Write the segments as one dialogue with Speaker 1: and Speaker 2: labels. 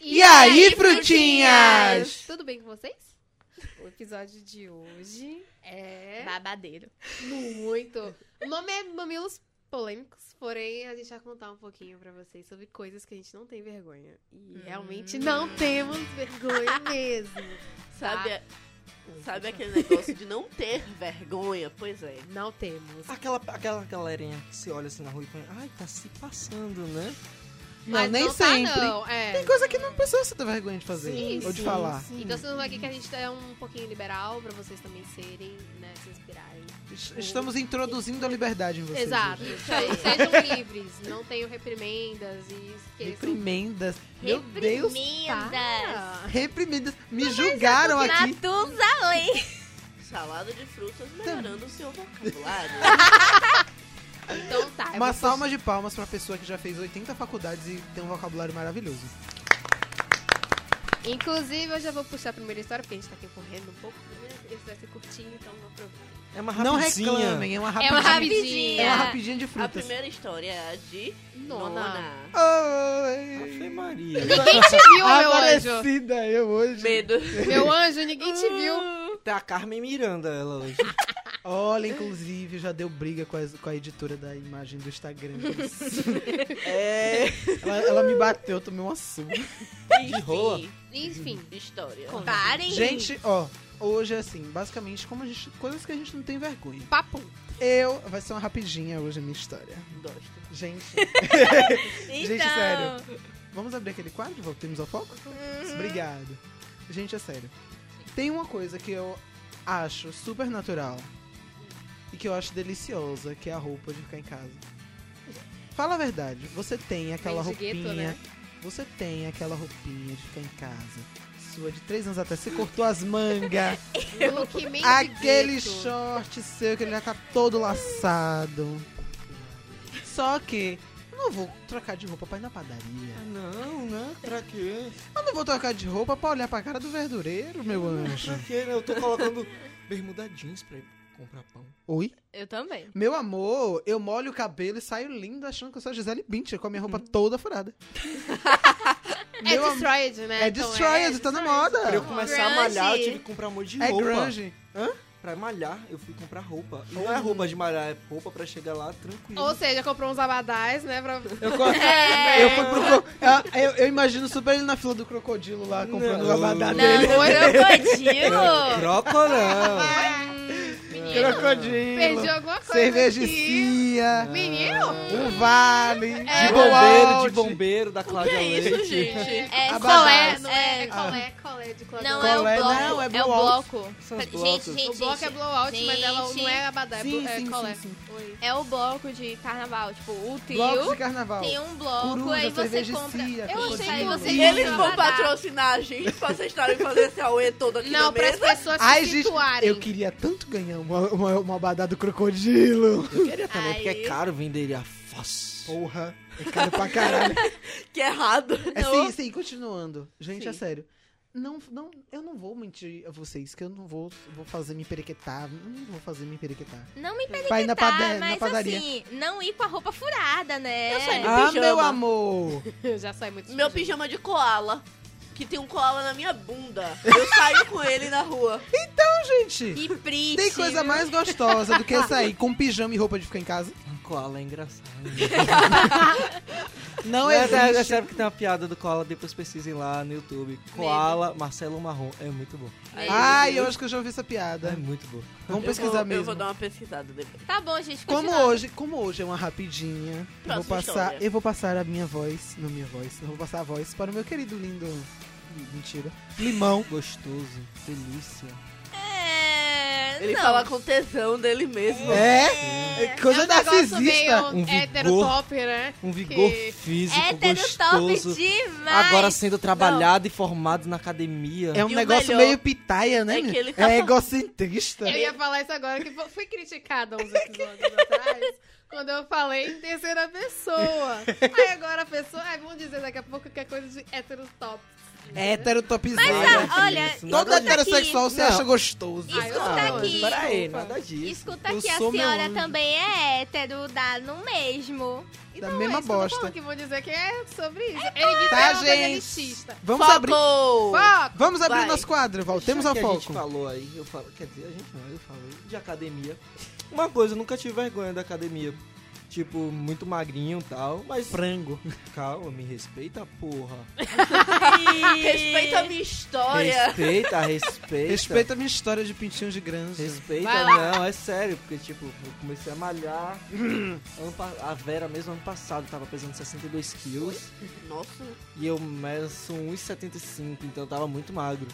Speaker 1: E, aí, frutinhas?
Speaker 2: Tudo bem com vocês?
Speaker 3: O episódio de hoje
Speaker 2: É.
Speaker 3: babadeiro.
Speaker 2: Muito. O nome é Mamilos Polêmicos, porém a gente vai contar um pouquinho pra vocês sobre coisas que a gente não tem vergonha. E realmente não temos vergonha mesmo.
Speaker 4: Sabe, sabe aquele negócio de não ter vergonha? Pois é.
Speaker 2: Não temos.
Speaker 1: Aquela, aquela galerinha que se olha assim na rua e põe, ai, tá se passando, né?
Speaker 2: Mas
Speaker 1: nem
Speaker 2: não tá,
Speaker 1: sempre.
Speaker 2: não, é.
Speaker 1: Tem coisa que não precisa você ter vergonha de fazer
Speaker 2: Sim,
Speaker 1: ou de
Speaker 2: sim,
Speaker 1: falar.
Speaker 2: Então vocês vão ver aqui que a gente é um pouquinho liberal pra vocês também serem, né, se inspirarem.
Speaker 1: Es- Estamos introduzindo a liberdade em vocês.
Speaker 2: Exato.
Speaker 1: hoje.
Speaker 2: Se- Sejam livres, não tenham reprimendas e esqueçam. Ah.
Speaker 1: Reprimendas. Meu Deus.
Speaker 3: Reprimidas.
Speaker 1: Reprimidas. Me
Speaker 2: é
Speaker 1: julgaram aqui.
Speaker 3: Natusalém.
Speaker 4: Salada de frutas melhorando o seu vocabulário.
Speaker 2: Então tá. eu
Speaker 1: Uma
Speaker 2: vou-
Speaker 1: salva de palmas pra pessoa que já fez 80 faculdades e tem um vocabulário maravilhoso.
Speaker 2: Inclusive, eu já vou puxar a primeira história, porque a gente tá aqui correndo um pouco, né? Isso vai ser curtinho, então vou aproveitar.
Speaker 1: É uma Não
Speaker 5: rapidinha.
Speaker 1: reclamem, é uma
Speaker 3: É
Speaker 1: rapidinha.
Speaker 3: uma
Speaker 1: É uma
Speaker 3: rapidinha.
Speaker 1: rapidinha de
Speaker 4: A
Speaker 1: frutas.
Speaker 4: primeira história é a de
Speaker 2: Nona.
Speaker 4: Nona.
Speaker 1: Oi.
Speaker 5: Ave Maria.
Speaker 2: Ninguém te viu, meu anjo.
Speaker 1: Aparecida eu hoje.
Speaker 4: Medo.
Speaker 2: Meu anjo, ninguém te viu.
Speaker 1: Ah.
Speaker 5: Tá a Carmen Miranda ela hoje.
Speaker 1: Olha, inclusive, já deu briga com a, com a editora da imagem do Instagram. é. Ela, ela me bateu, eu tomei uma surra.
Speaker 5: rola.
Speaker 4: Enfim,
Speaker 2: Enfim,
Speaker 4: história. Tá.
Speaker 3: Parem.
Speaker 1: Gente, ó, hoje é assim, basicamente, como a gente, coisas que a gente não tem vergonha.
Speaker 2: papo.
Speaker 1: Eu. Vai ser uma rapidinha hoje a minha história.
Speaker 4: Gosto.
Speaker 1: Gente,
Speaker 3: Então,
Speaker 1: Gente, sério. vamos abrir aquele quadro? Voltemos ao foco?
Speaker 2: Uhum.
Speaker 1: Obrigado. Gente, é sério. Tem uma coisa que eu acho super natural e que eu acho deliciosa, que é a roupa de ficar em casa. Fala a verdade, você tem aquela
Speaker 2: Vem de gueto,
Speaker 1: roupinha.
Speaker 2: né?
Speaker 1: Você tem aquela roupinha de ficar em casa. Sua de três anos até. Você cortou as mangas.
Speaker 2: Look meio
Speaker 1: aquele
Speaker 2: de gueto.
Speaker 1: short seu que ele já tá todo laçado. Só que. Eu não vou trocar de roupa pra ir na padaria.
Speaker 5: Ah, Não, né? Pra quê?
Speaker 1: Eu não vou trocar de roupa pra olhar pra cara do verdureiro, meu anjo.
Speaker 5: Pra quê, né? Eu tô colocando bermuda jeans pra ir comprar pão.
Speaker 1: Oi?
Speaker 3: Eu também.
Speaker 1: Meu amor, eu molho o cabelo e saio linda achando que eu sou a Gisele Bündchen com a minha roupa toda furada.
Speaker 2: É
Speaker 1: Meu am-
Speaker 2: destroyed, né?
Speaker 1: É destroyed, tá na moda.
Speaker 5: Pra eu começar
Speaker 3: grunge.
Speaker 5: a malhar, eu tive que comprar um monte de
Speaker 1: É
Speaker 5: roupa.
Speaker 1: grunge.
Speaker 5: Pra malhar, eu fui comprar roupa. E não é roupa de malhar, é roupa pra chegar lá tranquilo.
Speaker 2: Ou seja, comprou uns abadás, né? Pra...
Speaker 1: Eu, co-
Speaker 2: É.
Speaker 1: eu
Speaker 4: É.
Speaker 1: fui pro cro- Ah, eu, eu imagino super ele na fila do crocodilo lá, comprando
Speaker 5: Não.
Speaker 1: o abadá
Speaker 5: Não.
Speaker 1: dele.
Speaker 5: Não,
Speaker 3: Crocodilo.
Speaker 5: Tropa não.
Speaker 2: Menino,
Speaker 1: Crocodilo.
Speaker 2: perdi alguma coisa aqui.
Speaker 1: Cervejicia.
Speaker 2: Menino?
Speaker 1: Um vale.
Speaker 3: É,
Speaker 5: De
Speaker 1: um
Speaker 5: bombeiro,
Speaker 1: balde.
Speaker 5: de bombeiro, da Cláudia
Speaker 4: é isso,
Speaker 5: Leite.
Speaker 4: gente?
Speaker 3: É
Speaker 1: Abadá.
Speaker 3: colé,
Speaker 2: É, não é, é
Speaker 3: é.
Speaker 2: colé, colé de clã.
Speaker 3: Não
Speaker 1: Colé,
Speaker 3: é o bloco.
Speaker 1: não, é
Speaker 3: o
Speaker 1: blowout.
Speaker 3: bloco.
Speaker 5: São os blocos.
Speaker 3: Gente, gente,
Speaker 2: O bloco é
Speaker 3: gente.
Speaker 2: blowout, mas ela não
Speaker 3: Gente.
Speaker 2: é abadá, é,
Speaker 1: Sim,
Speaker 2: blo- é
Speaker 1: sim,
Speaker 2: colé.
Speaker 1: sim, sim.
Speaker 2: Oi.
Speaker 3: É o bloco de carnaval. Tipo, o
Speaker 1: Blocos de
Speaker 3: trio
Speaker 1: carnaval.
Speaker 3: tem um bloco,
Speaker 1: Coruja,
Speaker 3: aí você
Speaker 1: cervejicia,
Speaker 3: compra.
Speaker 1: crocodilo.
Speaker 3: Eu achei que você
Speaker 2: Sim,
Speaker 4: Eles
Speaker 2: sim.
Speaker 4: vão
Speaker 2: Sim.
Speaker 4: patrocinar a gente pra vocês estarem fazendo esse auê todo aqui
Speaker 2: Não,
Speaker 4: na
Speaker 2: para as
Speaker 4: mesa.
Speaker 2: pessoas se
Speaker 1: Ai, gente,
Speaker 2: situarem.
Speaker 1: eu queria tanto ganhar uma, uma, uma abadá do crocodilo.
Speaker 5: Eu queria também, porque
Speaker 4: Aí.
Speaker 5: é caro vender ele a fácil.
Speaker 1: Porra, é caro pra caralho.
Speaker 4: Que errado.
Speaker 1: É, sim, sim, continuando. Gente,
Speaker 4: Sim.
Speaker 1: é sério. Não, não, eu não vou mentir a vocês, que eu não vou, vou fazer me perequetar. Não vou fazer me perequetar.
Speaker 3: Não me
Speaker 1: Pra ir na, pade-
Speaker 3: tá,
Speaker 1: na
Speaker 3: mas
Speaker 1: padaria.
Speaker 3: assim, não ir com a roupa furada, né? Eu
Speaker 4: sei.
Speaker 1: ah,
Speaker 4: pijama.
Speaker 1: meu amor!
Speaker 2: Eu já saí muito
Speaker 4: Meu
Speaker 2: escondido.
Speaker 4: pijama de koala. Que tem um koala na minha bunda. Eu saio com ele na rua.
Speaker 1: Gente,
Speaker 3: Que print.
Speaker 1: tem coisa mais gostosa do que sair com pijama e roupa de ficar em casa?
Speaker 5: Koala é engraçado.
Speaker 1: Não
Speaker 5: é,
Speaker 1: existe.
Speaker 5: sério, é sério que tem uma piada do Koala, depois pesquisem lá no YouTube. Koala, Marcelo Marrom. É muito bom.
Speaker 4: Aí,
Speaker 1: Ai, eu acho que eu já ouvi essa
Speaker 5: É
Speaker 1: piada.
Speaker 5: muito bom.
Speaker 1: Vamos
Speaker 4: eu
Speaker 1: pesquisar
Speaker 4: vou-
Speaker 1: mesmo.
Speaker 4: Eu vou dar uma pesquisada depois.
Speaker 3: Tá bom, gente.
Speaker 1: Como
Speaker 3: continua.
Speaker 1: hoje, como hoje é uma rapidinha, eu vou
Speaker 4: Próxima
Speaker 1: passar,
Speaker 4: história.
Speaker 1: eu vou passar a minha voz, não minha voz, eu vou passar a voz para o meu querido lindo, mentira, limão.
Speaker 5: Gostoso, delícia.
Speaker 3: É,
Speaker 4: Ele
Speaker 3: não.
Speaker 4: fala com tesão dele mesmo.
Speaker 1: É, é coisa
Speaker 2: é um negócio meio
Speaker 1: narcisista.
Speaker 5: um vigor.
Speaker 2: heterotop, né?
Speaker 5: Um vigor
Speaker 2: Que-
Speaker 5: físico
Speaker 3: Hétero top
Speaker 5: gostoso.
Speaker 3: demais.
Speaker 5: Agora sendo trabalhado e formado na academia.
Speaker 1: É um
Speaker 4: E o
Speaker 1: negócio
Speaker 4: melhor
Speaker 1: meio pitaia, né?
Speaker 4: é que
Speaker 1: minha?
Speaker 4: ele tá
Speaker 1: é
Speaker 4: fa-
Speaker 1: egocentrista.
Speaker 2: Eu ia falar isso agora, que fo- fui criticada uns episódios atrás, quando eu falei em terceira pessoa. Aí agora a pessoa, ai, vamos dizer daqui a pouco que é coisa de heterotop.
Speaker 1: Hétero topzera.
Speaker 5: né?
Speaker 3: Mas, ah, olha,
Speaker 5: disso,
Speaker 1: Todo
Speaker 3: escuta
Speaker 1: heterossexual
Speaker 3: aqui.
Speaker 1: você acha gostoso.
Speaker 3: Isso
Speaker 1: Ah,
Speaker 3: tá
Speaker 1: não,
Speaker 3: aqui.
Speaker 5: Peraí, nada disso.
Speaker 3: Escuta
Speaker 5: Eu
Speaker 3: que a
Speaker 5: sou meu
Speaker 3: senhora
Speaker 5: anjo.
Speaker 3: também é hétero, dá no mesmo.
Speaker 1: Da
Speaker 2: Não,
Speaker 1: mesma
Speaker 2: é isso que eu tô
Speaker 1: bosta.
Speaker 2: falando, que vão dizer que é sobre isso. Ele disse
Speaker 1: Tá,
Speaker 2: que é uma coisa
Speaker 1: gente.
Speaker 2: elitista.
Speaker 1: Vamos
Speaker 4: Foco!
Speaker 1: abrir.
Speaker 2: Foco!
Speaker 1: Vamos abrir
Speaker 4: Vai.
Speaker 1: nosso quadro, voltemos
Speaker 5: Já
Speaker 1: ao
Speaker 5: que A gente
Speaker 1: foco.
Speaker 5: falou aí, eu falo, quer dizer, a gente não, eu falei de academia. Uma coisa, eu nunca tive vergonha da academia. Tipo, muito magrinho e tal, mas. Frango. Calma, me respeita, porra.
Speaker 4: Respeita a minha história.
Speaker 5: Respeita, respeita.
Speaker 1: Respeita a minha história de pintinhos de granja.
Speaker 5: Respeita,
Speaker 2: Vai
Speaker 5: não, é sério, porque tipo, eu comecei a malhar. ano pa- a Vera mesmo ano passado tava pesando 62 quilos
Speaker 4: Nossa.
Speaker 5: e eu meço 1,75, então eu tava muito magro.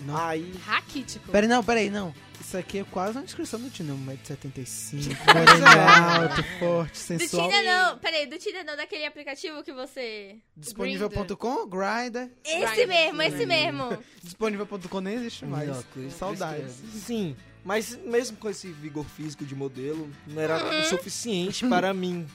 Speaker 1: Não.
Speaker 5: Aí
Speaker 2: Raquítico.
Speaker 1: Peraí, não, peraí, não. Isso aqui é quase uma descrição do Tinder. 1,75m, moreno alto, forte,
Speaker 3: Do
Speaker 1: sensual.
Speaker 3: Tinder não, peraí, do Tinder não, daquele aplicativo que você...
Speaker 1: Disponível.com, Grindr.
Speaker 3: Esse
Speaker 2: Grindr.
Speaker 3: mesmo, esse mesmo.
Speaker 1: Disponível.com nem existe mais.
Speaker 5: Não, coisa
Speaker 1: Saudades.
Speaker 5: tristeza. Sim, mas mesmo com esse vigor físico de modelo, não era o suficiente para mim.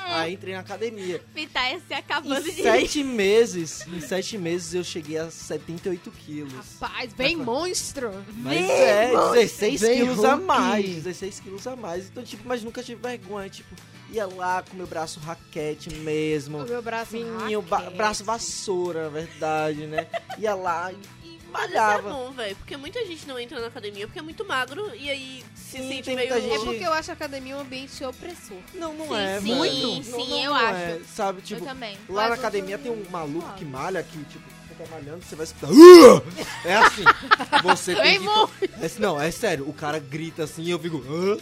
Speaker 5: Aí entrei na academia.
Speaker 3: Pitaia se
Speaker 5: Em
Speaker 3: é acabando de...
Speaker 5: sete meses, em sete meses eu cheguei a 78 quilos.
Speaker 2: Rapaz, bem monstro.
Speaker 5: Mas é, 16
Speaker 1: Bem
Speaker 5: quilos a
Speaker 1: Hulk.
Speaker 5: mais. 16 quilos a mais. Então, tipo, mas nunca tive vergonha. Tipo, ia lá com meu braço raquete mesmo.
Speaker 2: O meu braço
Speaker 5: Fininho, ba-
Speaker 2: raquete.
Speaker 5: braço vassoura, na verdade, né? Ia lá e
Speaker 4: Mas é
Speaker 5: malhava.
Speaker 4: bom, velho. Porque muita gente não entra na academia porque é muito magro e aí se
Speaker 5: Sim,
Speaker 4: sente
Speaker 5: tem
Speaker 4: meio.
Speaker 5: muita
Speaker 2: É
Speaker 5: gente-
Speaker 2: porque eu acho a academia um ambiente opressor.
Speaker 5: Não, não
Speaker 3: Sim,
Speaker 5: é,
Speaker 3: sim,
Speaker 5: velho.
Speaker 3: sim,
Speaker 5: Não, não,
Speaker 3: eu
Speaker 5: não
Speaker 3: acho.
Speaker 5: é. Sabe, tipo,
Speaker 3: eu também.
Speaker 5: lá na
Speaker 2: Mas eu
Speaker 5: academia
Speaker 2: tô-
Speaker 5: tem um maluco
Speaker 2: Ah.
Speaker 5: que malha que, tipo, você tá malhando, você vai escutar. "Ugh!" É assim. Você tem
Speaker 2: Bem
Speaker 5: que...
Speaker 2: monstro.
Speaker 5: É- não, é sério, o cara grita assim e eu fico. "Hã?"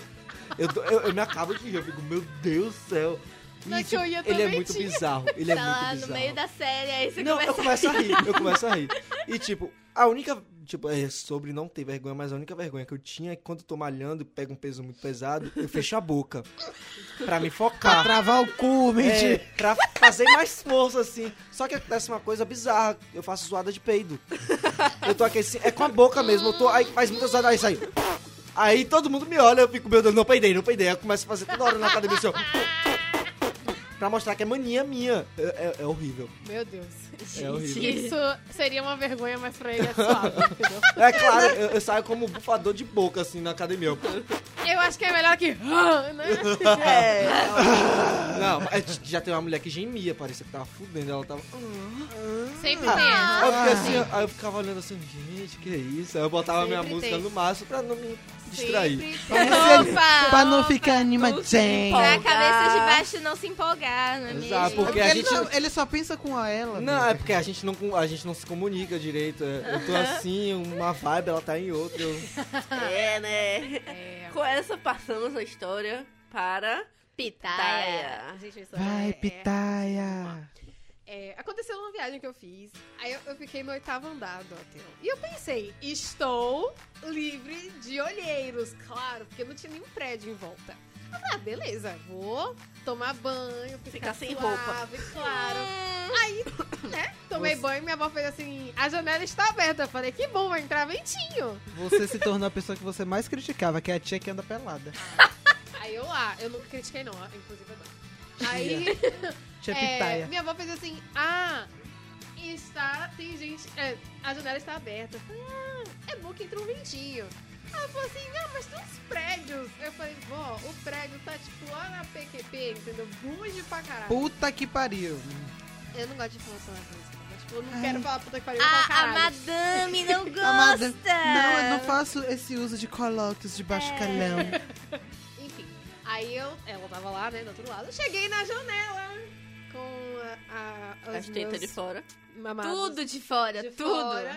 Speaker 5: Eu, tô- eu, eu me acabo de rir, eu fico, meu Deus do céu. E,
Speaker 2: Na
Speaker 5: tipo,
Speaker 2: teoria
Speaker 5: ele é
Speaker 2: também
Speaker 5: muito
Speaker 2: tinha.
Speaker 5: bizarro. Ele é
Speaker 3: tá
Speaker 5: muito
Speaker 3: lá
Speaker 5: bizarro.
Speaker 3: no meio da série, é aí você
Speaker 5: não,
Speaker 3: começa...
Speaker 5: eu começo a rir, eu começo a rir. E tipo, a única. Tipo, é sobre não ter vergonha, mas a única vergonha que eu tinha é que quando eu tô malhando e pego um peso muito pesado, eu fecho a boca. Pra me
Speaker 1: Pra
Speaker 5: focar.
Speaker 1: travar o cu,
Speaker 5: Tá. É,
Speaker 1: mentira.
Speaker 5: pra fazer mais força, assim. Só que acontece uma coisa bizarra. Eu faço zoada de peido. Eu tô aqui assim, é com a boca mesmo. Eu tô, aí faz muita zoada, aí sai. Aí todo mundo me olha, eu fico, meu Deus, não peidei, não peidei. Aí eu começo a fazer toda hora na academia assim, ó. Pra mostrar que é mania minha. É, é- é horrível.
Speaker 2: Meu Deus.
Speaker 5: É horrível.
Speaker 2: Isso seria uma vergonha, mas pra ele é suave, entendeu?
Speaker 5: É claro, eu, eu saio como bufador de boca, assim, na academia. Eu-
Speaker 2: Eu acho que é melhor que... "Ah", né?
Speaker 4: É.
Speaker 5: Não, mas já tem uma mulher que gemia, parecia que tava fudendo, ela tava...
Speaker 2: Sempre tem né? essa.
Speaker 5: Aí eu, fiquei assim, aí eu ficava olhando assim, gente, que isso? Aí eu botava minha
Speaker 2: Sempre
Speaker 5: música
Speaker 2: tem.
Speaker 5: no máximo pra não me distrair.
Speaker 2: Sempre tem.
Speaker 1: É.
Speaker 3: Opa!
Speaker 1: Pra não ficar animadinho.
Speaker 3: Pra
Speaker 4: empolgar.
Speaker 3: cabeça de baixo não se empolgar, não é mesmo?
Speaker 5: Exato, porque a
Speaker 1: ele,
Speaker 5: gente-
Speaker 1: não- ele só pensa com a ela.
Speaker 5: Não, é
Speaker 1: amiga.
Speaker 5: porque a gente não, com- a gente não se comunica direito. é, Eu tô assim, uma vibe, ela tá em outra. eu-
Speaker 4: é, né?
Speaker 2: É.
Speaker 4: Com essa passamos a história para.
Speaker 3: Pitaia.
Speaker 4: Pitaia.
Speaker 2: Gente, isso é-
Speaker 1: Vai,
Speaker 2: é-
Speaker 1: pitaia.
Speaker 2: É, aconteceu uma viagem que eu fiz. Aí eu, eu fiquei no oitavo andar do hotel. E eu pensei, estou livre de olheiros, claro, porque não tinha nenhum prédio em volta. Eu falei, ah, beleza, vou tomar banho, ficar,
Speaker 4: Ficar sem
Speaker 2: suave, claro. Aí, né, tomei banho e minha avó fez assim, a janela está aberta. Eu falei, que bom, vai entrar ventinho.
Speaker 1: Você se tornou a pessoa que você mais criticava, que é a tia que anda pelada.
Speaker 2: Aí eu lá, eu nunca critiquei não, ó, inclusive agora. Aí...
Speaker 1: Tia
Speaker 2: É,
Speaker 1: pitaia.
Speaker 2: minha avó fez assim, ah, está, tem gente, é, a janela está aberta. Eu falei, ah, é bom que entra um ventinho. Ela falou assim, ah, mas tem uns prédios. Eu falei, vó, o prédio tá tipo lá na PQP, entendeu? Longe pra caralho.
Speaker 1: Puta que pariu.
Speaker 2: Eu não gosto de falar sobre isso. mas, Tipo, eu não quero falar puta que pariu pra
Speaker 3: Ah, a
Speaker 2: caralho.
Speaker 3: madame não gosta!
Speaker 1: Amada, Não, eu não faço esse uso de colotos de baixo calão.
Speaker 2: Enfim, aí eu, ela tava lá, né, do outro lado. Eu cheguei na janela com a, a,
Speaker 4: As
Speaker 2: os
Speaker 4: tetas de
Speaker 2: meus
Speaker 4: fora.
Speaker 2: mamados.
Speaker 3: Tudo de fora,
Speaker 2: de
Speaker 3: tudo.
Speaker 2: fora.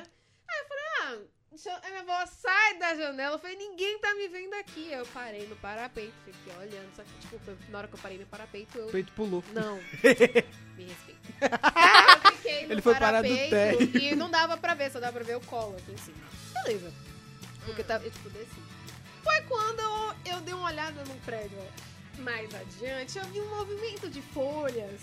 Speaker 2: Aí eu falei, ah, deixa eu- aí minha avó sai da janela. Eu falei, ninguém tá me vendo aqui. Aí Eu parei no parapeito, fiquei olhando. Só que, tipo, foi- na hora que eu parei no parapeito, eu.
Speaker 1: O peito pulou.
Speaker 2: Não. me respeita. Eu fiquei no
Speaker 1: Ele foi parar do
Speaker 2: parapeito
Speaker 1: térreo.
Speaker 2: e não dava pra ver, só dava pra ver o colo aqui em cima. Beleza. Porque eu tava, eu, tipo, desci. Foi quando eu, eu dei uma olhada num prédio mais adiante, eu vi um movimento de folhas.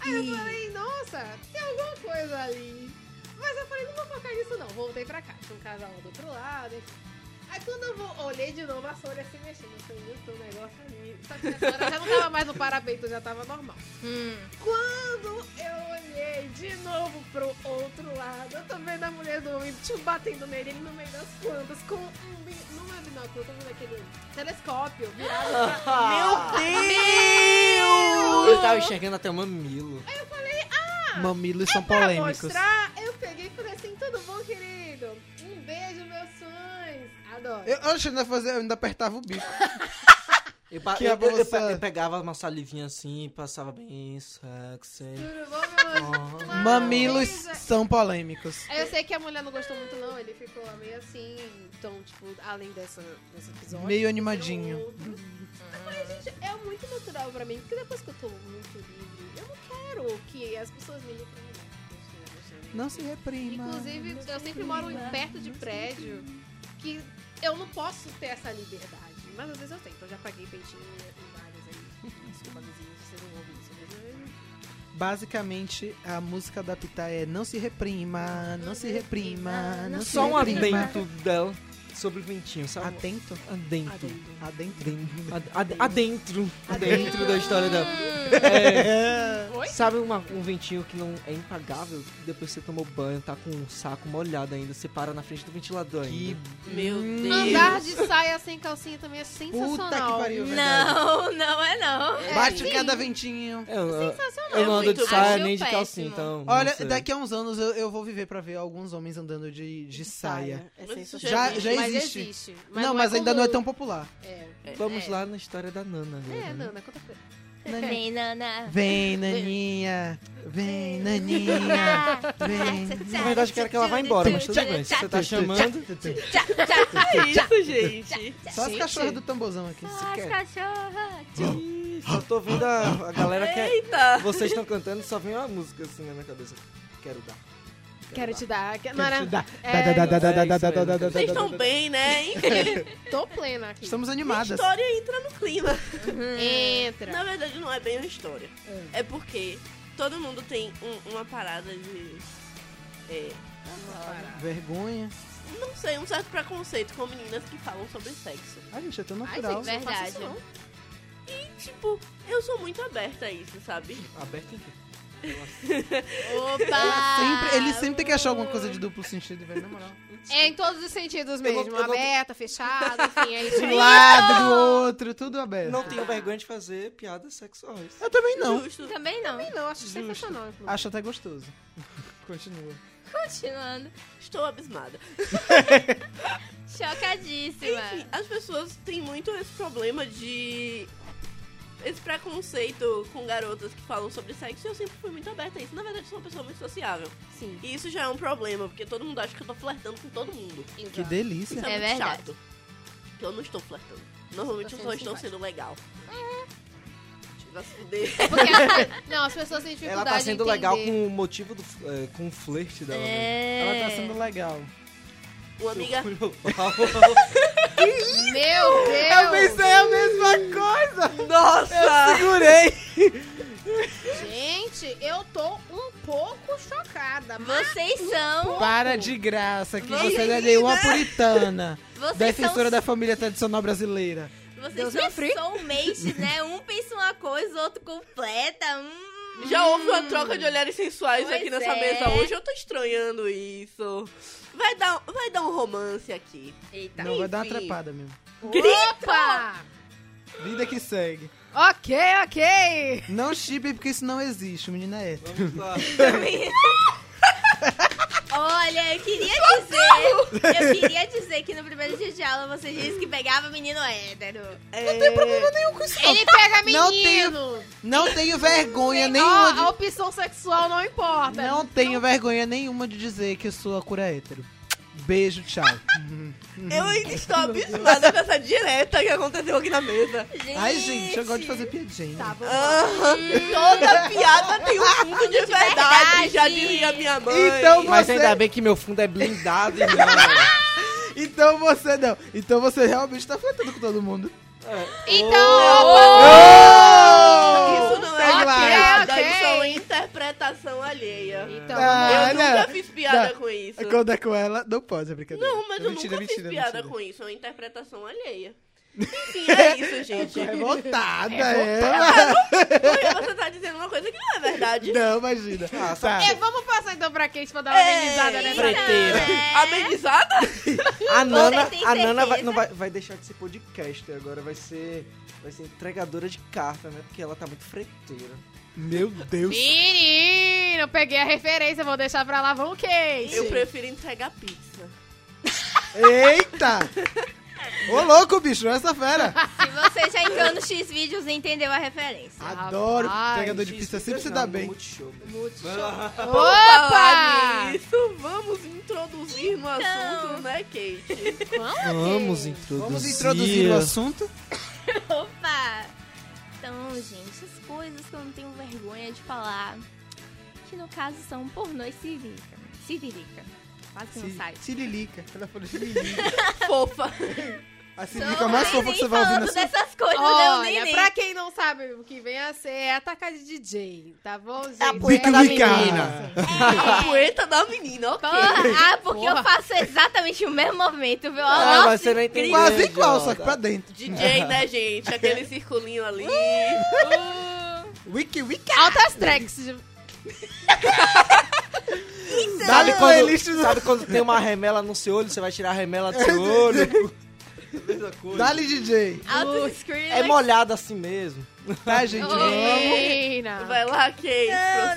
Speaker 2: Aí eu falei, nossa, tem alguma coisa ali. Mas eu falei, não vou focar nisso não. Voltei pra cá, tinha um casal do outro lado. enfim. Aí quando eu vou- olhei de novo, a folha se mexendo. Eu falei, "Meu, tem um negócio ali. Só que nessa hora já não tava mais no parapeito, já tava normal.
Speaker 3: Hum.
Speaker 2: Quando eu olhei de novo pro outro lado, lado. Eu tô vendo a mulher do homem tipo, batendo nele, ele no meio das plantas, com um. bi- Não é binóculo, eu tô vendo aquele telescópio virado pra.
Speaker 4: Meu Deus!
Speaker 5: Eu tava enxergando até o mamilo. Aí eu falei, ah! Mamilos são
Speaker 2: Pra
Speaker 5: polêmicos.
Speaker 2: mostrar, eu peguei e falei assim: tudo bom, querido? Um beijo, meus fãs. Adoro.
Speaker 1: Eu, eu achei que eu ainda, fazia, eu ainda apertava o bico.
Speaker 5: Eu, pa-
Speaker 1: Que
Speaker 5: eu,
Speaker 1: é pra
Speaker 5: eu- eu
Speaker 1: você-
Speaker 5: pe- eu pegava uma salivinha assim e passava bem sexy.
Speaker 2: Tudo bom, meu anjo? Claro,
Speaker 1: Mamilos
Speaker 2: beijo.
Speaker 1: são polêmicos.
Speaker 2: Aí Eu sei que a mulher não gostou muito, não. Ele ficou meio assim. Então, tipo, além dessa, desse episódio.
Speaker 1: Meio animadinho.
Speaker 2: Eu falei, gente, é muito natural pra mim. Porque depois que eu tô muito livre, eu não quero que as pessoas me reprimam.
Speaker 1: Não se reprima.
Speaker 2: Inclusive, eu sempre moro em- perto de prédio que eu não posso ter essa liberdade. Mas às vezes eu tenho. Então, eu já paguei peitinho em várias aí. Desculpa, vizinhos, vocês não ouvem isso. Mas eu-
Speaker 1: Basicamente, a música da Pitá é Não se reprima, não se reprima, não se
Speaker 5: Só um
Speaker 1: reprima.
Speaker 5: adento dela sobre o ventinho, sabe?
Speaker 1: Adento?
Speaker 5: Adentro.
Speaker 1: Adentro.
Speaker 5: Ad- ad- Adentro.
Speaker 2: Adentro.
Speaker 5: Adentro da história da.
Speaker 2: Oi?
Speaker 5: Sabe uma- um ventinho que não é impagável? Depois que você tomou banho, tá com um saco molhado ainda, você para na frente do ventilador
Speaker 1: Que
Speaker 5: ainda.
Speaker 4: Meu Deus!
Speaker 2: Andar de saia sem calcinha também é sensacional.
Speaker 1: puta que pariu, verdade.
Speaker 3: Não, não é não.
Speaker 1: Bate
Speaker 2: sim.
Speaker 1: cada ventinho.
Speaker 5: Eu, eu,
Speaker 4: É
Speaker 5: eu não ando de
Speaker 4: muito
Speaker 5: saia
Speaker 3: bom.
Speaker 5: nem de
Speaker 3: Acho
Speaker 5: calcinha,
Speaker 3: péssimo.
Speaker 5: então. não
Speaker 1: Olha,
Speaker 5: sei.
Speaker 1: daqui a uns anos eu, eu vou viver pra ver alguns homens andando de, de saia.
Speaker 2: É
Speaker 4: Mas isso
Speaker 2: sensacional.
Speaker 1: Já- já
Speaker 2: Mas
Speaker 1: existe.
Speaker 2: existe.
Speaker 1: não, mas ainda não é
Speaker 2: comum.
Speaker 1: tão popular.
Speaker 2: É,
Speaker 5: Vamos
Speaker 3: É.
Speaker 5: lá na história da Nana agora.
Speaker 2: é
Speaker 5: né?
Speaker 2: Nana, conta coisa.
Speaker 3: Vem, Nana.
Speaker 1: Vem, Naninha. Vem, Naninha. Vem.
Speaker 5: Na verdade, eu quero que ela vá embora, mas tudo bem. Se você tá chamando.
Speaker 4: É isso, gente.
Speaker 1: Só as
Speaker 2: Gente.
Speaker 1: cachorras do tamborzão aqui. se quer.
Speaker 5: Ih, Só tô vendo a, a galera que é-
Speaker 4: Eita!
Speaker 5: vocês estão cantando e só vem uma música assim na minha cabeça. Quero dar.
Speaker 2: Quero te dar. que-
Speaker 1: Quero
Speaker 2: não era-
Speaker 1: te dar.
Speaker 2: É,
Speaker 1: Dá, dá, dá, dá,
Speaker 5: É isso aí,
Speaker 1: dá, dá,
Speaker 5: não
Speaker 1: dá,
Speaker 5: quero-
Speaker 1: dá,
Speaker 4: Vocês
Speaker 1: dá,
Speaker 4: estão
Speaker 1: dá.
Speaker 4: bem, né? Enfim,
Speaker 2: tô plena aqui. Hum.
Speaker 1: Estamos
Speaker 4: a
Speaker 1: animadas.
Speaker 4: história entra no clima.
Speaker 2: Entra.
Speaker 4: Na verdade, não é bem uma história. É porque todo mundo tem um- uma parada de. é,
Speaker 1: Vergonha.
Speaker 4: não sei, um certo preconceito com meninas que falam sobre sexo.
Speaker 1: Ai, gente, eu tô
Speaker 2: Ai,
Speaker 1: natural.
Speaker 2: gente, não faça
Speaker 3: Verdade.
Speaker 2: isso, não.
Speaker 4: E, tipo, eu sou muito aberta a isso, sabe?
Speaker 5: Aberto em quê?
Speaker 1: Sempre- ele sempre tem que achar alguma coisa de duplo sentido, velho, na moral.
Speaker 2: É em todos os sentidos
Speaker 5: vou-
Speaker 2: mesmo.
Speaker 5: eu vou-
Speaker 2: Aberta, fechada, enfim, é isso
Speaker 1: De um
Speaker 2: aí.
Speaker 1: lado, do outro, tudo aberto.
Speaker 5: Não tenho vergonha de fazer piadas sexuais.
Speaker 1: Eu também não.
Speaker 4: Justo.
Speaker 3: Também não.
Speaker 2: Não, acho sensacional. inclusive.
Speaker 1: Acho até gostoso. Continua.
Speaker 3: Continuando.
Speaker 4: Estou abismada. Enfim,
Speaker 3: Chocadíssima.
Speaker 4: as pessoas têm muito esse problema de. Esse preconceito com garotas que falam sobre sexo, e eu sempre fui muito aberta a isso. Na verdade, eu sou uma pessoa muito sociável.
Speaker 1: Ah,
Speaker 2: Sim.
Speaker 4: E isso já é um problema, porque todo mundo acha que eu tô flertando com todo mundo.
Speaker 1: Que
Speaker 2: Exato.
Speaker 1: delícia.
Speaker 4: Isso
Speaker 3: É
Speaker 4: é, muito
Speaker 3: verdade.
Speaker 4: chato. Porque eu não estou flertando. Normalmente eu
Speaker 2: Você
Speaker 4: só
Speaker 2: tá
Speaker 4: estou
Speaker 2: sendo
Speaker 4: sendo legal.
Speaker 3: Uhum.
Speaker 4: Vai se fuder.
Speaker 2: Porque as, não, as pessoas têm
Speaker 5: Ela
Speaker 2: dificuldade
Speaker 5: tá sendo
Speaker 2: de
Speaker 5: legal
Speaker 2: entender.
Speaker 5: com o motivo do. f- é, com o flerte dela. né?
Speaker 1: Ela tá
Speaker 3: É.
Speaker 1: sendo legal.
Speaker 4: Uma amiga.
Speaker 2: Meu Deus!
Speaker 1: pensei a mesma coisa.
Speaker 4: Nossa!
Speaker 1: Segurei.
Speaker 2: Gente, eu tô um pouco chocada. Mas
Speaker 3: Vocês são.
Speaker 1: Para de graça, que
Speaker 3: Menina.
Speaker 1: você é lei uma puritana.
Speaker 3: Vocês
Speaker 1: Defensora é um
Speaker 3: são.
Speaker 1: da família tradicional brasileira.
Speaker 3: Vocês
Speaker 2: Deus me
Speaker 3: são
Speaker 2: free.
Speaker 3: soulmates, né? Um pensa uma coisa, o outro completa. Hum.
Speaker 4: Já houve uma troca de olhares sensuais
Speaker 3: Pois
Speaker 4: aqui nessa
Speaker 3: é.
Speaker 4: mesa hoje. Eu tô estranhando isso. Vai dar, vai dar um romance aqui.
Speaker 3: Eita.
Speaker 1: Não, vai dar uma
Speaker 4: Enfim.
Speaker 1: atrapada mesmo.
Speaker 2: opa!
Speaker 1: Vida que segue.
Speaker 2: Ok, ok!
Speaker 1: Não chipem porque isso não existe. O menino é hétero.
Speaker 5: Vamos lá.
Speaker 3: Olha, eu queria dizer. Eu queria dizer que no primeiro dia de aula você disse que pegava menino hétero.
Speaker 4: Não tem problema nenhum.
Speaker 2: Ele pega
Speaker 1: Não
Speaker 2: menino!
Speaker 1: Não tenho vergonha
Speaker 2: Ó, a
Speaker 1: nenhuma.
Speaker 2: opção sexual não
Speaker 1: De...
Speaker 2: importa.
Speaker 1: Não tenho vergonha nenhuma de dizer que eu sou a cura hétero. Beijo, tchau. Uhum.
Speaker 4: Eu ainda estou abismada com essa direta que aconteceu aqui na mesa.
Speaker 3: Gente.
Speaker 1: Ai, gente, eu gosto de fazer piadinha.
Speaker 2: Tá, vamos lá.
Speaker 4: Aham. Toda piada tem um fundo de verdade,
Speaker 3: verdade.
Speaker 4: já diria minha mãe.
Speaker 1: Então
Speaker 5: Mas
Speaker 1: você-
Speaker 5: ainda bem que meu fundo é blindado e não.
Speaker 1: Então você não. Então você realmente tá flertando com todo mundo.
Speaker 2: Então,
Speaker 4: Isso não é
Speaker 1: Segue
Speaker 4: uma
Speaker 1: lá.
Speaker 4: piada,
Speaker 2: Ok, ok.
Speaker 4: isso é uma interpretação alheia.
Speaker 2: opa! Então,
Speaker 1: Ah,
Speaker 4: eu
Speaker 1: não.
Speaker 4: nunca fiz piada
Speaker 1: Não.
Speaker 4: com isso.
Speaker 1: Quando é com ela, não pode, é brincadeira.
Speaker 4: Não, mas eu
Speaker 1: Mentira,
Speaker 4: nunca fiz
Speaker 1: mentira,
Speaker 4: piada
Speaker 1: mentira.
Speaker 4: com isso, é uma interpretação alheia. Enfim, é isso, gente.
Speaker 1: Revoltada, é.
Speaker 4: Porque você tá dizendo uma coisa que não é verdade.
Speaker 1: Não, imagina.
Speaker 5: Ah,
Speaker 1: Tá.
Speaker 2: É, vamos passar então pra Kate pra dar
Speaker 4: É.
Speaker 2: uma amenizada
Speaker 3: Então,
Speaker 2: nessa.
Speaker 3: é,
Speaker 5: Fred. Preteira.
Speaker 3: né?
Speaker 4: Amenizada?
Speaker 5: A Nana,
Speaker 3: tem
Speaker 5: a Nana vai,
Speaker 3: certeza?
Speaker 5: não vai, vai deixar de ser podcaster agora, vai ser, vai ser entregadora de carta, né? Porque ela tá muito freteira.
Speaker 1: Meu Deus.
Speaker 2: Menino, peguei a referência, vou deixar pra lá. Vamos, Kate.
Speaker 4: Eu prefiro entregar pizza.
Speaker 1: Eita! Ô, louco, bicho, olha essa fera.
Speaker 3: Se você já entrou no X vídeos e entendeu a referência.
Speaker 1: Adoro.
Speaker 2: Rapaz,
Speaker 1: Entregador de pizza sempre se dá
Speaker 5: Não,
Speaker 1: bem.
Speaker 5: Multishow. né?
Speaker 4: Falar
Speaker 2: Opa!
Speaker 4: nisso, vamos introduzir no assunto, né, Kate?
Speaker 5: Vamos introduzir.
Speaker 1: Vamos introduzir o assunto?
Speaker 3: Opa! Então, gente, essas coisas que eu não tenho vergonha de falar, que no caso são pornôs cívica. Civilica. Quase que não
Speaker 1: um
Speaker 3: sai.
Speaker 1: Tirilica. Ela falou tirilica.
Speaker 4: Fofa.
Speaker 1: A
Speaker 3: Só
Speaker 1: tirilica é mais fofa
Speaker 3: nem
Speaker 1: que você vai assim. ouvir na
Speaker 3: falando
Speaker 1: sua...
Speaker 3: dessas então, coisas, não, nem,
Speaker 2: Olha,
Speaker 3: nem.
Speaker 2: pra quem não sabe o que vem a ser, é atacar de DJ, tá bom, gente?
Speaker 4: a
Speaker 1: Bica,
Speaker 4: poeta da
Speaker 1: bica.
Speaker 3: É.
Speaker 4: A poeta da menina, ok.
Speaker 3: Porra, ah, porque
Speaker 2: Porra.
Speaker 3: eu faço exatamente o mesmo movimento, viu?
Speaker 5: Ah,
Speaker 3: Nossa,
Speaker 5: mas você não entendeu.
Speaker 1: Quase igual,
Speaker 5: idiota.
Speaker 1: só que pra dentro.
Speaker 4: DJ, né, gente? Aquele circulinho ali.
Speaker 1: Wiki, wiki.
Speaker 2: Altas tracks.
Speaker 5: Sabe
Speaker 1: Não,
Speaker 5: quando,
Speaker 1: eles-
Speaker 5: sabe quando tem uma remela no seu olho, você vai tirar a remela do seu olho? Mesma coisa.
Speaker 1: Dá-lhe, DJ.
Speaker 3: alto screen. né?
Speaker 5: É molhado assim mesmo.
Speaker 1: Tá, gente?
Speaker 2: Menina.
Speaker 4: Vai lá, Kate,
Speaker 3: Não,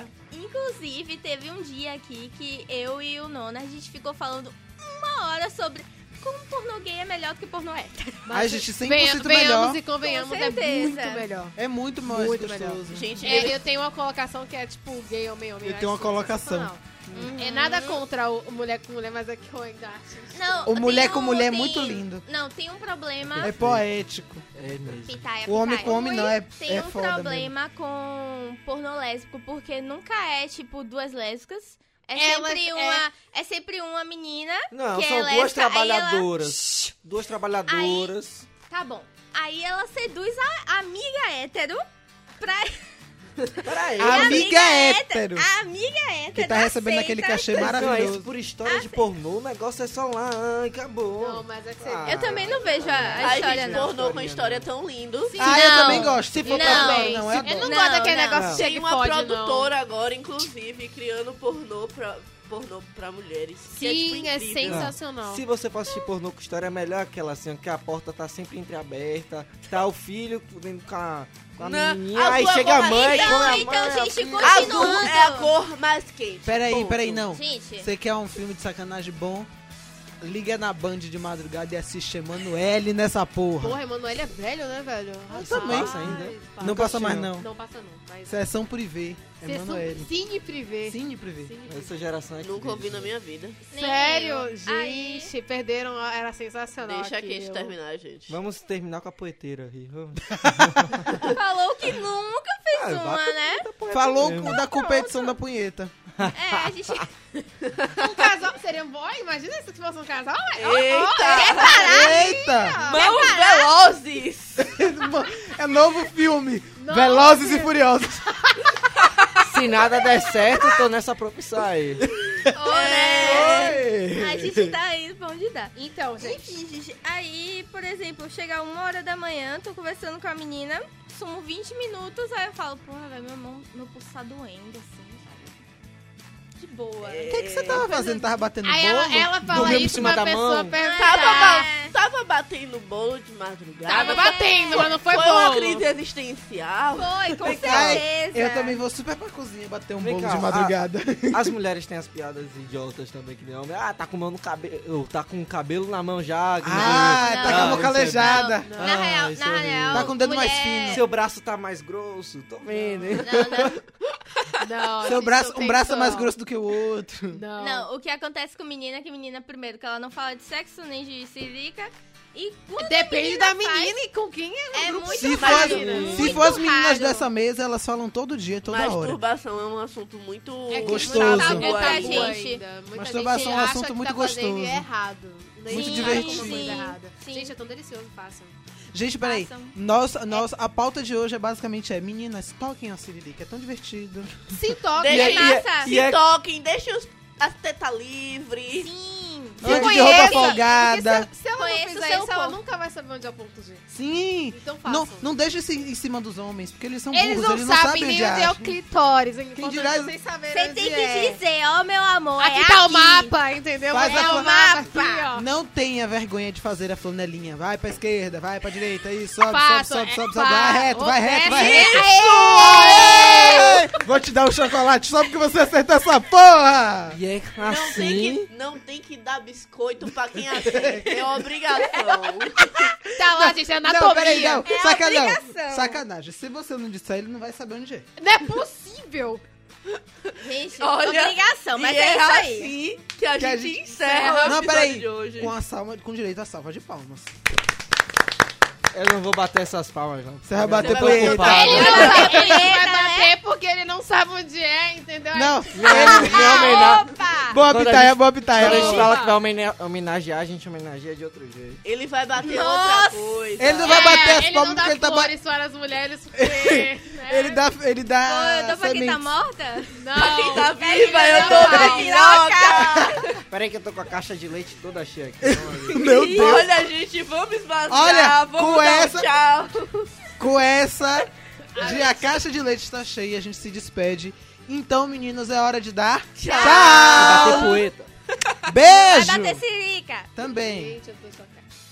Speaker 4: prossiga.
Speaker 3: Inclusive, teve um dia aqui que eu e o Nona, a gente ficou falando uma hora sobre como pornô gay é melhor do que pornô hétero.
Speaker 1: Ai, gente, 100%
Speaker 2: Venha-
Speaker 1: melhor.
Speaker 2: Venhamos e convenhamos,
Speaker 3: Com
Speaker 2: é muito
Speaker 3: certeza.
Speaker 2: melhor.
Speaker 1: É muito mais
Speaker 2: Muito
Speaker 1: gostoso.
Speaker 4: Gente, ele-
Speaker 2: É, eu tenho uma colocação que é tipo gay, homem, homem.
Speaker 1: Eu
Speaker 2: acho
Speaker 1: tenho uma colocação.
Speaker 2: sensacional. É nada contra o o mulher com mulher, mas aqui eu ainda acho.
Speaker 3: Não,
Speaker 1: O
Speaker 3: tem
Speaker 1: mulher com
Speaker 3: um-
Speaker 1: mulher é
Speaker 3: tem-
Speaker 1: muito lindo.
Speaker 3: Não, tem um problema.
Speaker 1: É poético.
Speaker 5: É mesmo.
Speaker 3: Pitaia,
Speaker 1: O homem
Speaker 3: pitaia.
Speaker 1: com homem não, é-
Speaker 3: Tem
Speaker 1: é
Speaker 3: um
Speaker 1: foda
Speaker 3: problema com pornô lésbico, porque nunca é, tipo, duas lésbicas. É
Speaker 2: Elas-
Speaker 3: sempre,
Speaker 2: é.
Speaker 3: uma, é... sempre uma menina.
Speaker 5: Não,
Speaker 3: que
Speaker 5: são
Speaker 3: ela é
Speaker 5: duas
Speaker 3: essa- aí ela-
Speaker 5: trabalhadoras. Duas trabalhadoras.
Speaker 3: Tá bom. Aí ela seduz a amiga hétero pra.
Speaker 5: Peraí.
Speaker 1: A
Speaker 3: a
Speaker 1: amiga hétero.
Speaker 3: A amiga hétero.
Speaker 1: Que tá recebendo
Speaker 3: aceita.
Speaker 1: aquele cachê
Speaker 5: Não, Então, é isso
Speaker 1: maravilhoso.
Speaker 5: por história
Speaker 3: Ah,
Speaker 5: de pornô, o negócio é só lá, ai, acabou.
Speaker 1: Oh,
Speaker 2: Não, mas é que você.
Speaker 5: Ah.
Speaker 3: Eu também não vejo a, a
Speaker 4: Ai,
Speaker 3: história,
Speaker 4: gente,
Speaker 3: não.
Speaker 4: pornô com história tão lindo.
Speaker 1: Ah, eu
Speaker 3: Não.
Speaker 1: também gosto. Se for
Speaker 3: Não.
Speaker 1: pra fora, não, é
Speaker 2: Eu não,
Speaker 1: adoro.
Speaker 2: gosto
Speaker 3: Não,
Speaker 2: daquele
Speaker 3: não.
Speaker 2: negócio de
Speaker 4: Tem
Speaker 2: chega e
Speaker 4: uma
Speaker 2: fode, não.
Speaker 4: produtora agora, inclusive, criando pornô pra, pornô pra mulheres. que
Speaker 2: Sim, é,
Speaker 4: tipo, incrível.
Speaker 2: sensacional.
Speaker 5: Se você for assistir pornô com história, é melhor aquela assim, que a porta tá sempre entreaberta, tá o filho dentro com a, com a
Speaker 4: Não,
Speaker 5: menininha,
Speaker 4: a
Speaker 5: aí
Speaker 4: sua
Speaker 5: chega a
Speaker 4: porra-
Speaker 5: mãe,
Speaker 3: Então,
Speaker 5: come a
Speaker 3: então,
Speaker 5: mãe, a
Speaker 3: gente,
Speaker 5: filha-
Speaker 3: continua.
Speaker 4: Azul
Speaker 3: Continuando.
Speaker 4: é a cor mais quente.
Speaker 1: Peraí,
Speaker 4: Ponto.
Speaker 1: peraí, não.
Speaker 3: Gente.
Speaker 1: Você quer um filme de sacanagem bom? Liga na Band de madrugada e assiste Emanuele nessa porra.
Speaker 2: Porra, Emanuel é velho, né, velho? Rapaz,
Speaker 1: Ah, também.
Speaker 5: Passa ainda.
Speaker 1: Não passa mais, não. é
Speaker 2: Não passa não, mas...
Speaker 1: Sessão privê. Emanuele.
Speaker 2: Cine privê.
Speaker 1: Cine privê.
Speaker 2: Cine privê.
Speaker 5: Essa geração é que
Speaker 4: Nunca ouvi
Speaker 5: vive.
Speaker 4: na minha vida.
Speaker 3: Nem
Speaker 2: Sério?
Speaker 3: eu. Aí-
Speaker 2: Gente, perderam. a- Era sensacional.
Speaker 4: Deixa a Kate
Speaker 2: aquilo.
Speaker 4: terminar, gente.
Speaker 5: Vamos terminar com a poeteira aí. Vamos.
Speaker 3: Falou que nunca
Speaker 5: Ah,
Speaker 3: fez uma,
Speaker 5: bate
Speaker 3: né?
Speaker 1: Falou com- da competição da punheta.
Speaker 3: É, a gente.
Speaker 2: Um casal seria um boy? Imagina se fosse um casal. ué.
Speaker 4: Eita!
Speaker 1: Eita!
Speaker 4: Mãos velozes!
Speaker 1: É novo filme.
Speaker 2: Nossa.
Speaker 1: Velozes e Furiosos.
Speaker 5: Se nada der certo, eu tô nessa profissão aí.
Speaker 2: É.
Speaker 3: Olé!
Speaker 1: Ei.
Speaker 3: A gente tá indo pra onde dá.
Speaker 2: né? Então, gente.
Speaker 3: Enfim, gente, aí, por exemplo, chega uma hora da manhã, tô conversando com a menina, sumo 20 minutos, aí eu falo, porra, velho, meu, mão- meu pulso tá doendo, assim, sabe? De boa.
Speaker 1: O que, que
Speaker 2: É,
Speaker 1: você tava fazendo? Tava batendo
Speaker 2: assim, Aí
Speaker 1: bolo?
Speaker 2: ela, ela fala
Speaker 5: Dormiu por
Speaker 2: isso,
Speaker 5: cima
Speaker 2: uma
Speaker 5: da
Speaker 2: pessoa
Speaker 5: mão.
Speaker 2: pergunta. "Ah,
Speaker 4: Tava,
Speaker 3: É.
Speaker 4: ba- tava batendo bolo de madrugada.
Speaker 2: Tava batendo, mas não foi,
Speaker 4: Foi
Speaker 2: bolo.
Speaker 4: uma crise existencial.
Speaker 3: Foi, com
Speaker 1: Ai,
Speaker 3: certeza.
Speaker 2: é.
Speaker 1: eu também vou super pra cozinha bater um
Speaker 5: Vem
Speaker 1: bolo
Speaker 5: cá,
Speaker 1: de madrugada.
Speaker 5: As mulheres têm as piadas idiotas também, que nem homem. Ah, tá com mão no cabelo. Tá com o cabelo na mão já. que não sei o
Speaker 1: Ah,
Speaker 5: quê.
Speaker 1: tá com a mão
Speaker 5: isso é-
Speaker 1: calejada.
Speaker 3: Não, Na
Speaker 5: Ah,
Speaker 3: real,
Speaker 5: isso é
Speaker 3: na
Speaker 5: horrível.
Speaker 3: real.
Speaker 1: Tá com o dedo mais
Speaker 3: mulher-
Speaker 1: fino.
Speaker 5: Seu braço tá mais grosso, tô vendo, hein?
Speaker 3: Não, não,
Speaker 2: Não,
Speaker 1: Seu
Speaker 2: gente,
Speaker 1: braço,
Speaker 2: não
Speaker 1: um braço
Speaker 2: Ah,
Speaker 1: é
Speaker 2: tem
Speaker 1: mais
Speaker 2: como.
Speaker 1: grosso do que o outro.
Speaker 2: Não.
Speaker 3: Não, o que acontece com menina é que menina, primeiro, que ela não fala de sexo nem de sirica. E quando
Speaker 2: Depende
Speaker 3: a
Speaker 2: da
Speaker 3: faz,
Speaker 2: menina e com quem é.
Speaker 3: é muito
Speaker 1: um se for,
Speaker 3: raro.
Speaker 1: as-
Speaker 2: imagina.
Speaker 1: se for as
Speaker 3: muito
Speaker 1: meninas
Speaker 3: raro.
Speaker 1: dessa mesa, elas falam todo dia, toda hora.
Speaker 4: Masturbação é um assunto muito
Speaker 2: É que
Speaker 1: Gostoso.
Speaker 2: É
Speaker 4: tabu
Speaker 2: tabu
Speaker 3: Muita
Speaker 4: ainda.
Speaker 3: tá gente.
Speaker 2: ainda. Muita
Speaker 1: Masturbação é um
Speaker 2: gente acha
Speaker 1: assunto
Speaker 2: que
Speaker 1: muito
Speaker 2: tá fazendo
Speaker 1: gostoso.
Speaker 2: errado. Nem
Speaker 1: Muito
Speaker 2: sabe
Speaker 1: divertido.
Speaker 2: como coisa
Speaker 3: Sim,
Speaker 2: errada.
Speaker 3: sim.
Speaker 2: tá Gente, é tão delicioso, façam.
Speaker 1: Gente, peraí.
Speaker 2: um-
Speaker 3: Façam.
Speaker 1: Nossa, nossa, a pauta de hoje é basicamente é meninas, toquem a Sirilica, é tão divertido.
Speaker 2: Se toca.
Speaker 4: Deixa-
Speaker 3: é massa.
Speaker 5: e é-
Speaker 4: Se toquem, deixem os- as tetas livres.
Speaker 3: Sim.
Speaker 1: Ande de
Speaker 3: conhece,
Speaker 1: roupa
Speaker 3: porque
Speaker 1: folgada.
Speaker 2: Porque se, se ela
Speaker 3: Conheço
Speaker 2: não fizer
Speaker 3: seu
Speaker 2: isso, ela
Speaker 3: corpo.
Speaker 2: nunca vai saber onde é o ponto G.
Speaker 1: Sim.
Speaker 2: Então faça.
Speaker 1: Não, não deixe isso em cima dos homens, porque eles são
Speaker 2: Eles
Speaker 1: burros,
Speaker 2: não
Speaker 1: eles não
Speaker 2: sabem
Speaker 1: sabem
Speaker 2: nem
Speaker 1: onde
Speaker 2: onde é o
Speaker 1: acham.
Speaker 2: clitóris. hein?
Speaker 1: Quem
Speaker 2: Importante
Speaker 1: dirá-
Speaker 2: Vocês saberem
Speaker 3: Você
Speaker 2: onde
Speaker 3: tem
Speaker 2: é.
Speaker 3: que dizer, ó, meu amor,
Speaker 2: Aqui
Speaker 3: é
Speaker 2: tá o
Speaker 3: aqui.
Speaker 2: mapa, entendeu?
Speaker 1: Faz
Speaker 2: é
Speaker 1: a
Speaker 2: o
Speaker 1: fo-
Speaker 2: mapa.
Speaker 3: mapa.
Speaker 2: Aqui, ó.
Speaker 1: Não tenha vergonha de fazer a flanelinha. Vai pra esquerda, vai pra direita, aí, sobe,
Speaker 2: Faço,
Speaker 1: sobe, sobe,
Speaker 2: é,
Speaker 1: sobe, sobe. Vai
Speaker 2: faço.
Speaker 1: reto, vai reto, vai
Speaker 2: Oferece.
Speaker 1: reto. Vou te dar um chocolate só porque você acertou essa porra!
Speaker 5: E é
Speaker 4: Não, tem
Speaker 5: assim.
Speaker 4: que, não tem que dar biscoito pra quem acerta. É obrigação.
Speaker 2: Tá lá, gente, é anatomia.
Speaker 1: Não, peraí, não.
Speaker 3: É
Speaker 1: Saca- não.
Speaker 3: obrigação.
Speaker 1: Sacanagem. Se você não disser, ele não vai saber onde é.
Speaker 2: Não é possível.
Speaker 3: Gente,
Speaker 4: Olha,
Speaker 3: obrigação, mas
Speaker 4: e
Speaker 3: é, isso aí.
Speaker 4: assim que a,
Speaker 1: Que a
Speaker 4: gente,
Speaker 1: gente
Speaker 4: encerra
Speaker 1: Não,
Speaker 4: o
Speaker 1: peraí.
Speaker 4: episódio de hoje.
Speaker 1: Com, a salva, com direito à salva de palmas.
Speaker 5: Eu não vou bater essas palmas, não.
Speaker 1: Você vai bater
Speaker 4: vai
Speaker 1: punheta.
Speaker 5: bater palma.
Speaker 2: Ele
Speaker 5: Ele
Speaker 2: não Tá vai
Speaker 3: não sabe onde é,
Speaker 2: bater né? porque ele não sabe onde é, entendeu?
Speaker 1: Não, é
Speaker 3: é
Speaker 5: Não,
Speaker 3: Ah, Opa!
Speaker 1: boa
Speaker 5: Quando a
Speaker 1: pitaia,
Speaker 5: gente-
Speaker 1: boa
Speaker 5: Quando
Speaker 1: pitaia.
Speaker 5: a gente
Speaker 2: Opa.
Speaker 5: fala que vai homena- homenagear, a gente homenageia de outro jeito.
Speaker 4: Ele vai bater
Speaker 3: Nossa.
Speaker 4: outra coisa.
Speaker 1: Ele não
Speaker 2: É,
Speaker 1: vai bater as
Speaker 2: ele
Speaker 1: palmas
Speaker 2: não dá
Speaker 1: porque ele tá
Speaker 2: flores para as mulheres porque... né?
Speaker 1: Ele dá. Ele
Speaker 3: Ô,
Speaker 1: dá.
Speaker 3: eu tô pra quem tá
Speaker 1: sementes.
Speaker 3: morta?
Speaker 4: Pra quem
Speaker 2: Não.
Speaker 4: tá viva, eu tô
Speaker 2: Vai,
Speaker 4: bem louca.
Speaker 5: Peraí que eu tô com a caixa de leite toda cheia aqui.
Speaker 1: Meu Deus.
Speaker 4: Olha, gente, vamos vazar.
Speaker 1: Olha,
Speaker 4: vamos
Speaker 1: com
Speaker 4: dar um
Speaker 1: essa-
Speaker 4: tchau.
Speaker 1: Com essa. De a caixa de leite está cheia, a gente se despede. Então, meninos, é hora de dar.
Speaker 4: Tchau.
Speaker 5: Bater
Speaker 1: Tchau!
Speaker 5: poeta.
Speaker 3: Vai
Speaker 1: Beijo!
Speaker 3: bater sirica.
Speaker 1: Também.
Speaker 2: Gente, eu tô chocada.